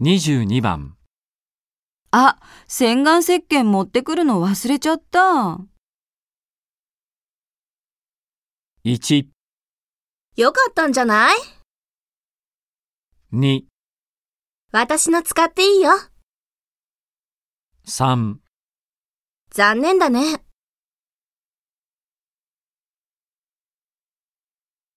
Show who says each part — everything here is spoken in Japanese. Speaker 1: 22番、
Speaker 2: あ、洗顔石鹸持ってくるの忘れちゃった。
Speaker 1: 1、
Speaker 3: よかったんじゃない
Speaker 1: 2、
Speaker 3: 私の使っていいよ。
Speaker 1: 3
Speaker 3: 残念だね。